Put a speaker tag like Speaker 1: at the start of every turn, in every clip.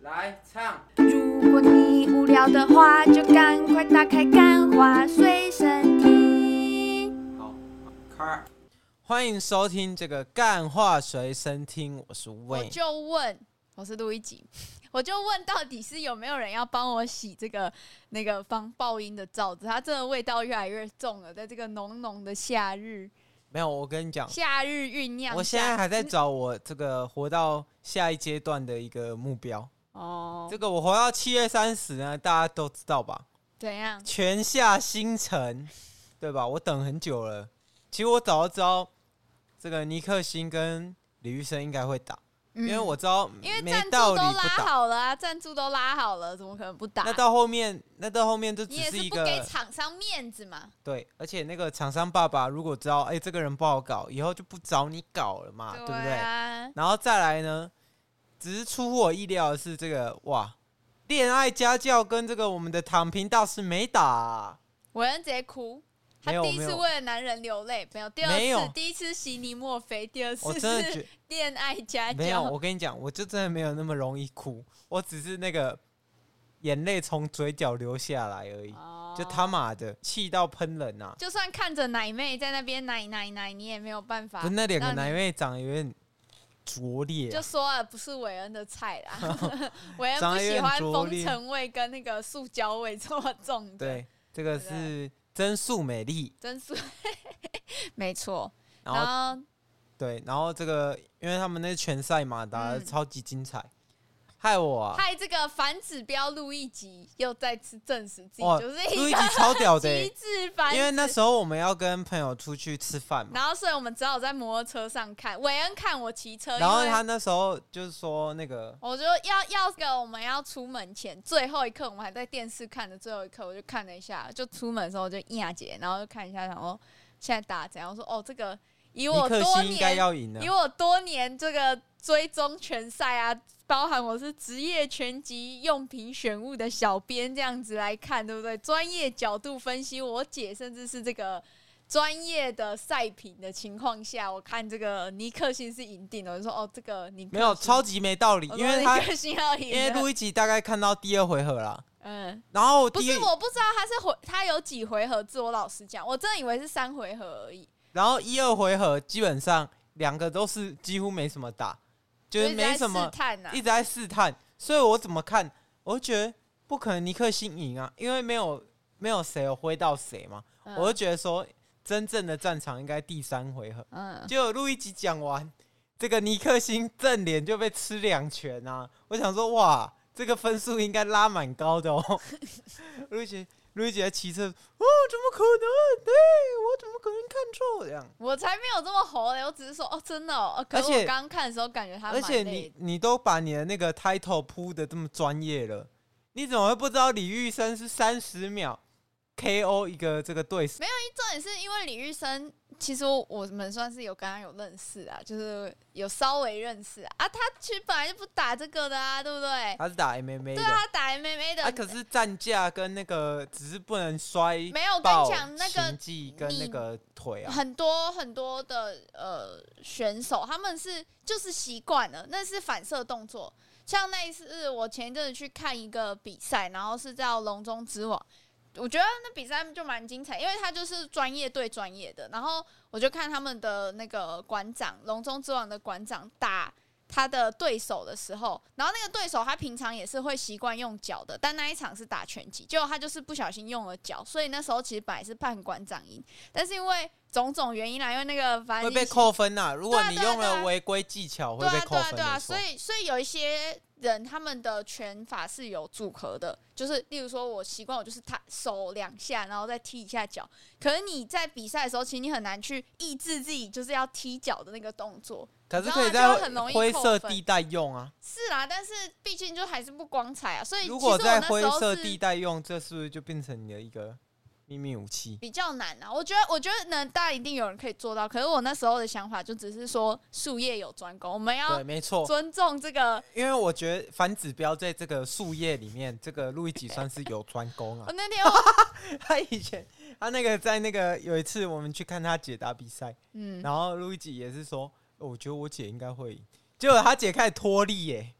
Speaker 1: 来唱，
Speaker 2: 如果你无聊的话，就赶快打开《干花随身听》。
Speaker 1: 好，开。
Speaker 3: 欢迎收听这个干话随身听，我是
Speaker 4: 我
Speaker 3: Wayne。
Speaker 4: 就问，我是录一集，我就问到底是有没有人要帮我洗这个那个防爆音的罩子？它真的味道越来越重了，在这个浓浓的夏日，
Speaker 3: 没有，我跟你讲，
Speaker 4: 夏日酝酿下。
Speaker 3: 哦
Speaker 4: 嗯
Speaker 3: 我现在还在找我这个活到下一阶段的一个目标。
Speaker 4: 哦
Speaker 3: 这，个我活到七月三十呢，大家都知道吧？
Speaker 4: 怎样？
Speaker 3: 泉下星辰，对吧？我等很久了。其实我早就知道，这个尼克星跟李玉生应该会打，
Speaker 4: 嗯
Speaker 3: 因为我知道
Speaker 4: 因为
Speaker 3: 没
Speaker 4: 赞助
Speaker 3: 道
Speaker 4: 都
Speaker 3: 理
Speaker 4: 拉
Speaker 3: 不打。
Speaker 4: 好了啊，赞助都拉好了，怎么可能不打？
Speaker 3: 那到后面，那到后面就只
Speaker 4: 你也
Speaker 3: 一
Speaker 4: 是不
Speaker 3: 个
Speaker 4: 给厂商面子嘛？
Speaker 3: 对，而且那个厂商爸爸如果知道，哎、这个人不好搞，以后就不找你搞了嘛，对不对？
Speaker 4: 啊，
Speaker 3: 然后再来呢，只是出乎我意料的是，这个哇，恋爱家教跟这个我们的躺平大师没打啊、
Speaker 4: 我人直接哭。他
Speaker 3: 没有
Speaker 4: 第一
Speaker 3: 没
Speaker 4: 次
Speaker 3: 有
Speaker 4: 为了男人流泪，没有；第
Speaker 3: 没有
Speaker 4: 二次，第一次是席尼墨菲，第二
Speaker 3: 我
Speaker 4: 次
Speaker 3: 真的
Speaker 4: 是
Speaker 3: 觉
Speaker 4: 恋爱家
Speaker 3: 没有，
Speaker 4: 教。
Speaker 3: 我跟你讲，我就真的没有那么容易哭，我只是那个眼泪从嘴角流下来而已，
Speaker 4: 哦
Speaker 3: 就他妈的气到喷人啊呐、
Speaker 4: 就算看着奶妹在那边奶奶奶，你也没有办法
Speaker 3: 不是。那两个
Speaker 4: 让你
Speaker 3: 奶妹长得有点拙劣、
Speaker 4: 就
Speaker 3: 啊，
Speaker 4: 说了不是韦恩的菜啦， 韦恩
Speaker 3: 长
Speaker 4: 不
Speaker 3: 得有
Speaker 4: 喜
Speaker 3: 点
Speaker 4: 欢
Speaker 3: 拙
Speaker 4: 风
Speaker 3: 劣
Speaker 4: 尘味跟那个塑胶味这么重的。，
Speaker 3: 对，这个
Speaker 4: 对不对
Speaker 3: 是真素美丽，
Speaker 4: 真是 没错。
Speaker 3: 然
Speaker 4: 然
Speaker 3: 后
Speaker 4: 后
Speaker 3: 对，然后这个因为他们那是拳赛嘛，打的
Speaker 4: 嗯
Speaker 3: 超级精彩，害我啊！
Speaker 4: 害这个反指标录一集，又再次证实自己
Speaker 3: 哇
Speaker 4: 就是
Speaker 3: 录
Speaker 4: 一
Speaker 3: 一
Speaker 4: 个
Speaker 3: 集超屌 的欸、
Speaker 4: 机智反指。
Speaker 3: 因为那时候我们要跟朋友出去吃饭嘛，
Speaker 4: 然后所以我们只好在摩托车上看，韦恩看我骑车，
Speaker 3: 然后
Speaker 4: 因为
Speaker 3: 他那时候就是说那个
Speaker 4: 我就要要个我们要出门前最后一刻，我们还在电视看的最后一刻，我就看了一下，就出门的时候就一雅姐，然后就看一下，然后现在打怎样？我说哦，这个以
Speaker 3: 尼
Speaker 4: 我
Speaker 3: 克
Speaker 4: 多
Speaker 3: 星应该
Speaker 4: 年
Speaker 3: 要赢了
Speaker 4: 以，我多年这个追踪拳赛啊，包含我是职业拳击用品选物的小编这样子来看，对不对？专业角度分析，我姐甚至是这个。专业的赛品的情况下，我看这个尼克星是赢定的，我就说哦，这个尼克
Speaker 3: 没有
Speaker 4: 星
Speaker 3: 超级没道理，
Speaker 4: 我
Speaker 3: 因
Speaker 4: 说
Speaker 3: 为
Speaker 4: 你
Speaker 3: 他
Speaker 4: 个性要赢
Speaker 3: 因为
Speaker 4: 了
Speaker 3: 录一集大概看到第二回合啦，
Speaker 4: 嗯，
Speaker 3: 然后
Speaker 4: 不
Speaker 3: 第一
Speaker 4: 是，我不知道他是回他有几回合制，我老实讲，我真的以为是三回合而已。
Speaker 3: 然后一二回合基本上两个都是几乎没什么打，就是
Speaker 4: 一直
Speaker 3: 没
Speaker 4: 在
Speaker 3: 什么
Speaker 4: 试探呐、啊
Speaker 3: 一直在试探，所以我怎么看，我就觉得不可能尼克星赢啊，因为没有没有谁有挥到谁嘛，
Speaker 4: 嗯
Speaker 3: 我就觉得说真正的战场应该第三回合，
Speaker 4: 嗯，
Speaker 3: 结果录一集讲完，这个尼克星正脸就被吃两拳啊，我想说哇，这个分数应该拉蛮高的哦，录一集。录一集在骑车，哦，怎么可能？对我怎么可能看错这样？
Speaker 4: 我才没有这么猴嘞，我只是说哦，真的哦。呃可是
Speaker 3: 而且
Speaker 4: 我刚刚看的时候，感觉他
Speaker 3: 而
Speaker 4: 蛮
Speaker 3: 且
Speaker 4: 累
Speaker 3: 你
Speaker 4: 的
Speaker 3: 你都把你的那个 title 铺的这么专业了，你怎么会不知道李玉生是三十秒 KO 一个这个对手？
Speaker 4: 重点是因为李玉生，其实我我们算是有跟他有认识啊，就是有稍微认识啊。啊他其实本来就不打这个的啊，对不对？
Speaker 3: 他是打 MMA
Speaker 4: 对
Speaker 3: 的，
Speaker 4: 啊，打 MMA 的，
Speaker 3: 啊，可是站架跟那个只是不能摔
Speaker 4: 没啊有我跟
Speaker 3: 爆
Speaker 4: 你讲那个
Speaker 3: 擒技跟那
Speaker 4: 你
Speaker 3: 个腿啊，
Speaker 4: 很多很多的呃选手，他们是就是习惯了，那是反射动作。像那一次我前一阵子去看一个比赛，然后是叫笼中之王，我觉得那比赛就蛮精彩，因为他就是专业对专业的。然后我就看他们的那个馆长，笼中之王的馆长打。他的对手的时候，然后那个对手他平常也是会习惯用脚的，但那一场是打拳击，结果他就是不小心用了脚，所以那时候其实本来是判馆长赢，但是因为种种原因啦，因为那个反
Speaker 3: 会
Speaker 4: 正
Speaker 3: 被
Speaker 4: 你
Speaker 3: 扣分呐、如果
Speaker 4: 对啊
Speaker 3: 你
Speaker 4: 对啊
Speaker 3: 用
Speaker 4: 对
Speaker 3: 了
Speaker 4: 啊
Speaker 3: 违规技巧会
Speaker 4: 对
Speaker 3: 被
Speaker 4: 啊，
Speaker 3: 扣
Speaker 4: 对啊，
Speaker 3: 分，
Speaker 4: 对啊，
Speaker 3: 没错
Speaker 4: 所以所以有一些人他们的拳法是有组合的，就是例如说我习惯我就是他手两下，然后再踢一下脚。可是你在比赛的时候，其实你很难去抑制自己就是要踢脚的那个动作。
Speaker 3: 可
Speaker 4: 你
Speaker 3: 是
Speaker 4: 知
Speaker 3: 可以
Speaker 4: 道吗就
Speaker 3: 在
Speaker 4: 很容易
Speaker 3: 灰
Speaker 4: 扣
Speaker 3: 色
Speaker 4: 分
Speaker 3: 地带用啊。
Speaker 4: 是啦，但是毕竟就还是不光彩啊，所以
Speaker 3: 如
Speaker 4: 其实
Speaker 3: 果
Speaker 4: 我
Speaker 3: 在
Speaker 4: 那
Speaker 3: 灰
Speaker 4: 时候
Speaker 3: 色
Speaker 4: 是
Speaker 3: 地带用，这是不是就变成你的一个秘密武器？
Speaker 4: 比较难啊。我觉得，我觉得呢，大家一定有人可以做到。可是我那时候的想法就只是说，术业有专攻，我们要
Speaker 3: 对，没错。
Speaker 4: 尊重这个
Speaker 3: 因为我觉得反指标在这个术业里面，这个路易吉算是有专攻啊
Speaker 4: 我。那天我
Speaker 3: 他以前他那个在那个有一次我们去看他姐打比赛，
Speaker 4: 嗯，
Speaker 3: 然后路易吉也是说、哦我觉得我姐应该会赢，结果他姐开始脱力耶、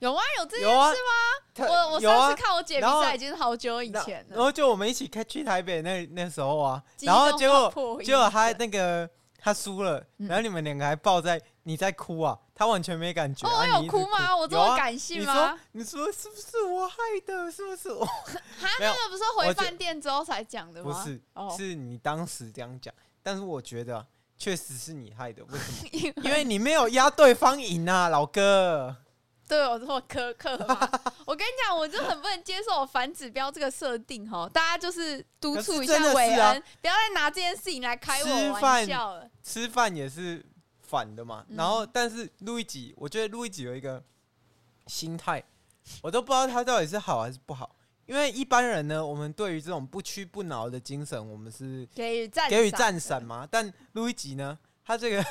Speaker 4: 有吗？有这件
Speaker 3: 有啊
Speaker 4: 事吗？
Speaker 3: 他
Speaker 4: 我我
Speaker 3: 有啊
Speaker 4: 上次看我姐比
Speaker 3: 然后
Speaker 4: 赛已经是好久以
Speaker 3: 那
Speaker 4: 前
Speaker 3: 然
Speaker 4: 了，
Speaker 3: 后就我们一起开去台北那那时候啊，
Speaker 4: 激
Speaker 3: 然后
Speaker 4: 动
Speaker 3: 结
Speaker 4: 到
Speaker 3: 果
Speaker 4: 破音
Speaker 3: 结果他
Speaker 4: 对
Speaker 3: 那个他输了，
Speaker 4: 嗯
Speaker 3: 然后你们两个还抱在你在哭啊，他完全没感觉。
Speaker 4: 哦，
Speaker 3: 啊
Speaker 4: 我
Speaker 3: 你
Speaker 4: 有
Speaker 3: 一直
Speaker 4: 哭吗？我这
Speaker 3: 有
Speaker 4: 么
Speaker 3: 啊
Speaker 4: 感性
Speaker 3: 你
Speaker 4: 吗
Speaker 3: 说？你说是不是我害的？是不是我？
Speaker 4: 哈，
Speaker 3: 没有
Speaker 4: 那个不是
Speaker 3: 我
Speaker 4: 回
Speaker 3: 觉
Speaker 4: 饭店之后才讲的
Speaker 3: 不
Speaker 4: 吗？
Speaker 3: 是，
Speaker 4: 哦，
Speaker 3: 是你当时这样讲，但是我觉得啊确实是你害的。为什 么？
Speaker 4: 因
Speaker 3: 因为你没有压对方赢啊，老哥。
Speaker 4: 对我这么苛刻吗？ 我跟你讲，我就很不能接受我反指标这个设定哦。大家就是督促一下
Speaker 3: 可是真的是啊
Speaker 4: 韦恩，不要再拿这件事情来开我
Speaker 3: 吃饭
Speaker 4: 玩笑了。
Speaker 3: 吃饭也是反的嘛。
Speaker 4: 嗯
Speaker 3: 然后，但是录一集，我觉得录一集有一个心态，我都不知道他到底是好还是不好。因为一般人呢，我们对于这种不屈不挠的精神，我们是
Speaker 4: 给予赞，
Speaker 3: 给予赞赏嘛。但录一集呢， 他这 个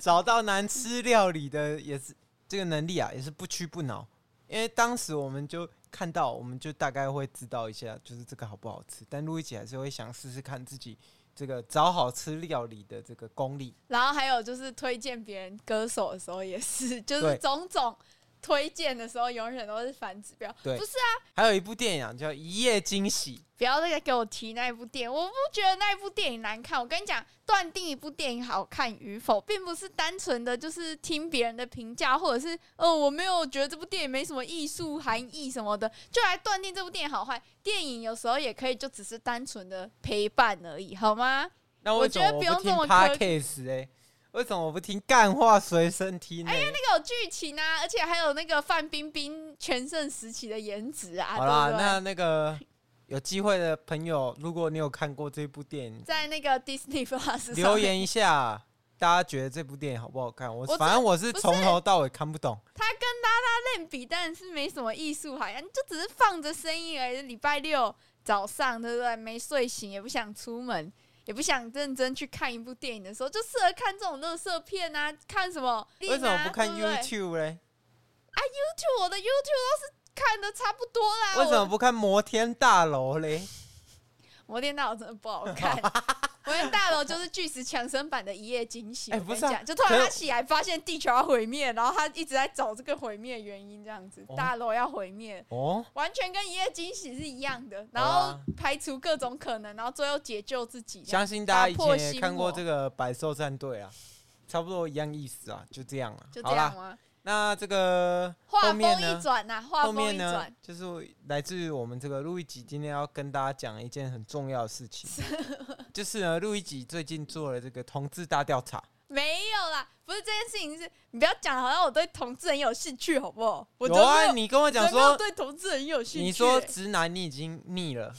Speaker 3: 找到难吃料理的也是这个能力啊，也是不屈不挠。因为当时我们就看到，我们就大概会知道一下，就是这个好不好吃。但录一集还是会想试试看自己这个找好吃料理的这个功力。
Speaker 4: 然后还有就是推荐别人歌手的时候也是， 就是
Speaker 3: 对
Speaker 4: 种种推荐的时候，永远都是反指标。
Speaker 3: 对
Speaker 4: 不是啊，
Speaker 3: 还有一部电影啊叫《一夜惊喜》，
Speaker 4: 不要再给我提那一部电影，我不觉得那一部电影难看。我跟你讲，断定一部电影好看与否，并不是单纯的就是听别人的评价，或者是哦我没有觉得这部电影没什么艺术含义什么的，就来断定这部电影好坏。电影有时候也可以就只是单纯的陪伴而已，好吗？
Speaker 3: 那
Speaker 4: 我
Speaker 3: 为什
Speaker 4: 觉得
Speaker 3: 么
Speaker 4: 不用
Speaker 3: 我不听
Speaker 4: 这么苛
Speaker 3: podcast 哎、为什么我不听干话随身听呢？
Speaker 4: 哎那个有剧情啊，而且还有那个范冰冰全盛时期的颜值啊，
Speaker 3: 好啦，
Speaker 4: 对不对？
Speaker 3: 那那个有机会的朋友，如果你有看过这部电影，
Speaker 4: 在那个 Disney Plus
Speaker 3: 留
Speaker 4: 上面，
Speaker 3: 言一下，大家觉得这部电影好不好看？我
Speaker 4: 我
Speaker 3: 反正我是
Speaker 4: 不是
Speaker 3: 从头到尾看不懂。
Speaker 4: 他跟拉拉链比，但是没什么艺术涵养，就只是放着声音而已。礼拜六早上，对不对？没睡醒，也不想出门，也不想认真去看一部电影的时候，就适合看这种乐色片啊，看什么？
Speaker 3: 为什么不看
Speaker 4: 对对
Speaker 3: YouTube 嘞？
Speaker 4: YouTube？我的 YouTube 都是看的差不多啦。
Speaker 3: 为什么
Speaker 4: 啊我？
Speaker 3: 不看摩天大楼嘞？
Speaker 4: 摩天大楼真的不好 看。摩天大楼就是巨石强森版的一夜惊喜。
Speaker 3: 哎
Speaker 4: 我跟你
Speaker 3: 不是啊
Speaker 4: 讲就突然
Speaker 3: 可
Speaker 4: 他
Speaker 3: 是
Speaker 4: 起来发现地球要毁灭，然后他一直在找这个毁灭原因，这样子、
Speaker 3: 哦
Speaker 4: 大楼要毁灭。
Speaker 3: 哦，
Speaker 4: 完全跟一夜惊喜是一样的，然
Speaker 3: 好
Speaker 4: 后
Speaker 3: 啊
Speaker 4: 排除各种可能，然后最后解救自己。
Speaker 3: 相信大家以
Speaker 4: 打破
Speaker 3: 前也
Speaker 4: 心
Speaker 3: 看过
Speaker 4: 魔
Speaker 3: 这个《百兽战队》啊，差不多一样意思啊，就这样啊。
Speaker 4: 就这
Speaker 3: 好
Speaker 4: 样
Speaker 3: 啦，
Speaker 4: 吗？
Speaker 3: 那这个
Speaker 4: 画
Speaker 3: 后
Speaker 4: 风
Speaker 3: 面
Speaker 4: 一
Speaker 3: 呢？
Speaker 4: 转呐、画
Speaker 3: 后
Speaker 4: 风
Speaker 3: 面
Speaker 4: 一
Speaker 3: 呢
Speaker 4: 转，，
Speaker 3: 就是来自于我们这个路易吉今天要跟大家讲一件很重要的事情，就是呢，路易吉最近做了这个同志大调查，
Speaker 4: 没有啦，不是这件事情是，你不要讲，好像我对同志很有兴趣，好不好？我
Speaker 3: 有
Speaker 4: 真的没
Speaker 3: 啊，
Speaker 4: 有
Speaker 3: 你跟我讲
Speaker 4: 真的没有
Speaker 3: 说，
Speaker 4: 对同志很有兴趣、欸
Speaker 3: 你说直男你已经腻了，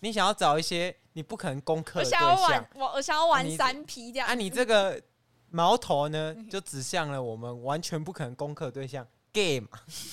Speaker 3: 你想要找一些你不可能攻克
Speaker 4: 我
Speaker 3: 的
Speaker 4: 想要
Speaker 3: 对
Speaker 4: 玩
Speaker 3: 象，，
Speaker 4: 我我想要
Speaker 3: 啊
Speaker 4: 玩
Speaker 3: 你
Speaker 4: 三 P 这样。
Speaker 3: 啊，你这个矛头呢就指向了我们完全不可能攻克的对象 gay 嘛，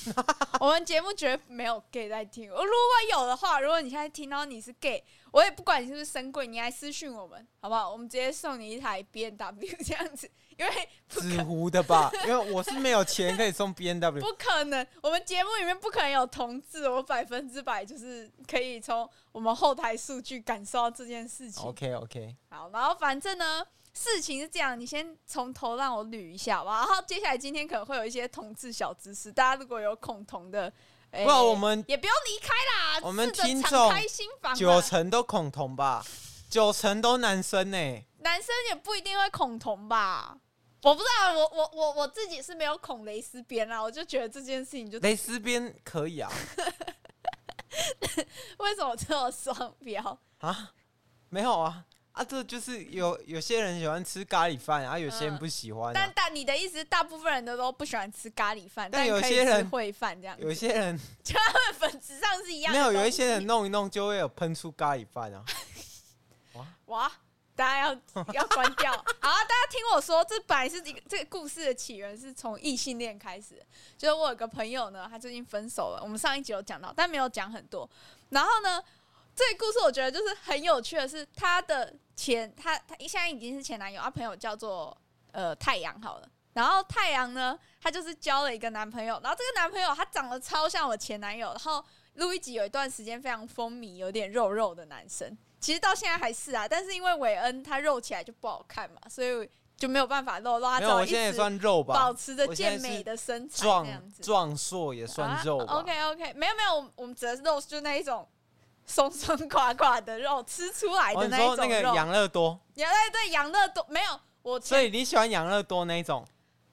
Speaker 4: 我们节目绝对没有 gay 在听，如果有的话，如果你现在听到你是 gay，我也不管你是不是神棍，你来私讯我们，好不好？我们直接送你一台 B N W 这样子，因为不
Speaker 3: 纸
Speaker 4: 可
Speaker 3: 糊的 吧，因为我是没有钱可以送 B N W，
Speaker 4: 不可能，我们节目里面不可能有同志，我百分之百就是可以从我们后台数据感受到这件事情。
Speaker 3: OK OK，
Speaker 4: 好，然后反正呢，事情是这样，你先从头让我捋一下吧。然后接下来今天可能会有一些同志小知识，大家如果有共同的，哎
Speaker 3: 不然我们
Speaker 4: 也不用离开啦，
Speaker 3: 我们
Speaker 4: 试着
Speaker 3: 听
Speaker 4: 敞
Speaker 3: 众
Speaker 4: 开心房
Speaker 3: 九
Speaker 4: 嘛，
Speaker 3: 成都恐同吧，九成都男生呢、
Speaker 4: 男生也不一定会恐同吧。我不知道，我我我我自己是没有恐蕾丝边啦，我就觉得这件事情就
Speaker 3: 蕾丝边可以啊
Speaker 4: 为什么这有双标？
Speaker 3: 啊，没有啊啊，这就是有有些人喜欢吃咖喱饭
Speaker 4: 嗯
Speaker 3: 啊，有些人不喜欢、
Speaker 4: 但
Speaker 3: 啊，
Speaker 4: 但你的意思，大部分人都都不喜欢吃咖喱饭，
Speaker 3: 但
Speaker 4: 但
Speaker 3: 有
Speaker 4: 可以
Speaker 3: 些
Speaker 4: 吃
Speaker 3: 人
Speaker 4: 烩饭这样子，
Speaker 3: 有些人
Speaker 4: 本质上是一样
Speaker 3: 没
Speaker 4: 的
Speaker 3: 有，
Speaker 4: 东西。
Speaker 3: 有一些人弄一弄就会有喷出咖喱饭啊。
Speaker 4: 哇，大家要要关掉。好，大家听我说，这本来是一个这个故事的起源是从异性恋开始的，就是我有个朋友呢，他最近分手了，我们上一集有讲到，但没有讲很多。然后呢，这个故事我觉得就是很有趣的是，他的前他他现在已经是前男友，他朋友叫做呃太阳好了。然后太阳呢，她就是交了一个男朋友，然后这个男朋友他长得超像我前男友，然后路易吉有一段时间非常风靡，有点肉肉的男生，其实到现在还是啊，但是因为韦恩他肉起来就不好看嘛，所以就没有办法露露，
Speaker 3: 没
Speaker 4: 他只
Speaker 3: 有，
Speaker 4: 好
Speaker 3: 我
Speaker 4: 一
Speaker 3: 现在也
Speaker 4: 直
Speaker 3: 算肉吧
Speaker 4: 保，持着
Speaker 3: 我现在
Speaker 4: 健美
Speaker 3: 是
Speaker 4: 的身材这样
Speaker 3: 壮
Speaker 4: 子。
Speaker 3: 壮硕也算肉吧。
Speaker 4: 啊、OK OK，没有没有，我们我们指的是肉，就是那一种松松垮垮的肉，吃出来
Speaker 3: 哦，
Speaker 4: 的
Speaker 3: 你
Speaker 4: 一
Speaker 3: 说
Speaker 4: 种
Speaker 3: 那个
Speaker 4: 肉。
Speaker 3: 养乐多，
Speaker 4: 养对对养乐多没有，我
Speaker 3: 所
Speaker 4: 前
Speaker 3: 以你喜欢养乐多那一 种？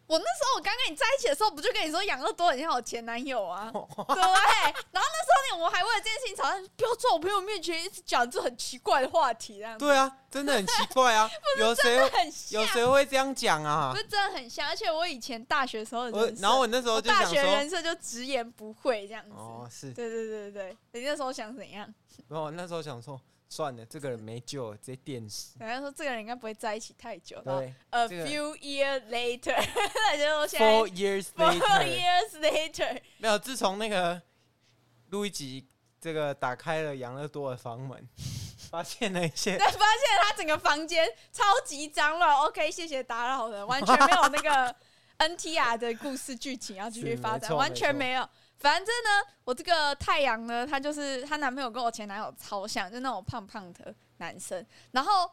Speaker 4: 我那时候我刚跟你在一起的时候，不就跟你说养乐多很像我前男 友啊？对，然后那时候你我还为了这件事情吵架，不要在我朋友面前一直讲这很奇怪的话题，这样子
Speaker 3: 对，啊，真的很奇怪啊，有谁会
Speaker 4: 很像
Speaker 3: 有，谁会这样讲啊
Speaker 4: 不？是真的很像。而且我以前大学时候的
Speaker 3: 我
Speaker 4: 人设，
Speaker 3: 然后我那时候
Speaker 4: 我
Speaker 3: 就想
Speaker 4: 大学人
Speaker 3: 说，
Speaker 4: 设就直言不讳这样子。
Speaker 3: 哦，是，
Speaker 4: 对对对对对，你那时候想怎样？
Speaker 3: 然后我那时候想说，算了，这个人没救了，直接电 死。
Speaker 4: 人家说这个人应该不会在一起太久。然后
Speaker 3: 对
Speaker 4: A
Speaker 3: 这个
Speaker 4: few year later，大 家都现在
Speaker 3: ，Four years
Speaker 4: four
Speaker 3: later，
Speaker 4: years later，
Speaker 3: 没有，自从那个录一集这个打开了养乐多的房门， 发现了一些
Speaker 4: 但发现他整个房间超级脏乱。OK，谢谢打扰了，完全没有 那个 NTR 的故事剧情要继续发
Speaker 3: 是没
Speaker 4: 展，
Speaker 3: 错
Speaker 4: 完全没有。反正呢，我这个太阳呢，她就是她男朋友跟我前男友超像，就那种胖胖的男生。然后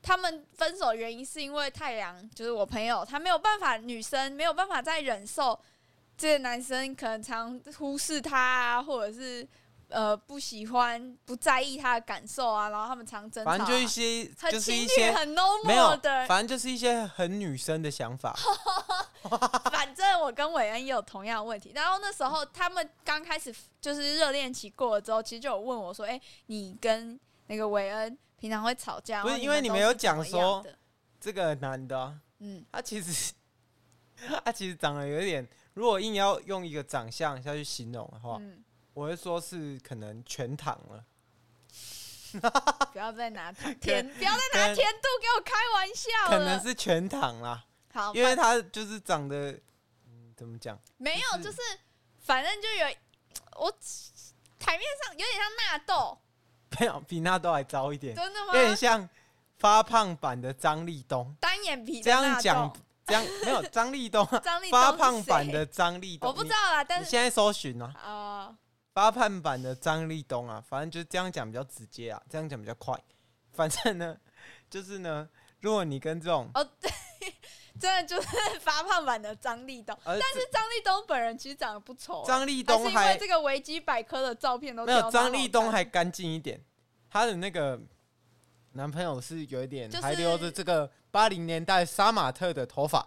Speaker 4: 他们分手的原因是因为太阳，就是我朋友，她没有办法，女生没有办法再忍受这个男生可能常忽视她啊，或者是呃不喜欢、不在意她的感受啊，然后他们常争吵啊、
Speaker 3: 反正就一些，
Speaker 4: 很
Speaker 3: 就是
Speaker 4: 情
Speaker 3: 一
Speaker 4: 侣
Speaker 3: 些
Speaker 4: 很
Speaker 3: 没
Speaker 4: normal
Speaker 3: 有
Speaker 4: 的，，
Speaker 3: 反正就是一些很女生的想法。
Speaker 4: 反正我跟伟恩也有同样的问题。然后那时候他们刚开始就是热恋期过了之后，其实就有问我说：“哎、你跟那个伟恩平常会吵架？”
Speaker 3: 不是
Speaker 4: 然后
Speaker 3: 因为你
Speaker 4: 你
Speaker 3: 们有讲说
Speaker 4: 们都是怎么样的
Speaker 3: 这个男的啊、
Speaker 4: 嗯，
Speaker 3: 他其实 他其实长得有一点，如果硬要用一个长相下去形容的话，
Speaker 4: 嗯，
Speaker 3: 我会说是可能全躺了。
Speaker 4: 不要再拿 甜，不要再拿甜度给我开玩笑
Speaker 3: 可能
Speaker 4: 了。
Speaker 3: 是全躺啦，
Speaker 4: 好，
Speaker 3: 因为他就是长得，嗯，怎么讲？
Speaker 4: 没有，
Speaker 3: 就
Speaker 4: 就是是反正就有我台面上有点像纳豆，
Speaker 3: 没有比纳豆还糟一点，
Speaker 4: 真的
Speaker 3: 有点
Speaker 4: 吗？
Speaker 3: 像发胖版的张立东。
Speaker 4: 单眼皮
Speaker 3: 这
Speaker 4: 的纳
Speaker 3: 样
Speaker 4: 豆
Speaker 3: 讲，，这样没有张立东啊，
Speaker 4: 张力
Speaker 3: 发胖版的张立东，
Speaker 4: 我不知道啦，
Speaker 3: 你。
Speaker 4: 但
Speaker 3: 你
Speaker 4: 是
Speaker 3: 现在搜寻啊，
Speaker 4: 啊。
Speaker 3: 发胖版的张立东啊，反正就是这样讲比较直接啊，这样讲比较快。反正呢， 就是呢，如果你跟这种，
Speaker 4: 哦，对，真的就是发胖版的张立东。
Speaker 3: 呃，
Speaker 4: 但 是张立东本人其实长得不丑、
Speaker 3: 张立
Speaker 4: 还是
Speaker 3: 东
Speaker 4: 因为
Speaker 3: 还
Speaker 4: 这个维基百科的照片都
Speaker 3: 没
Speaker 4: 挑
Speaker 3: 有
Speaker 4: 到
Speaker 3: 张立东
Speaker 4: 好看
Speaker 3: 还干净一点，她的那个男朋友是有一点
Speaker 4: 就是
Speaker 3: 还留着这个八零年代杀马特的头发，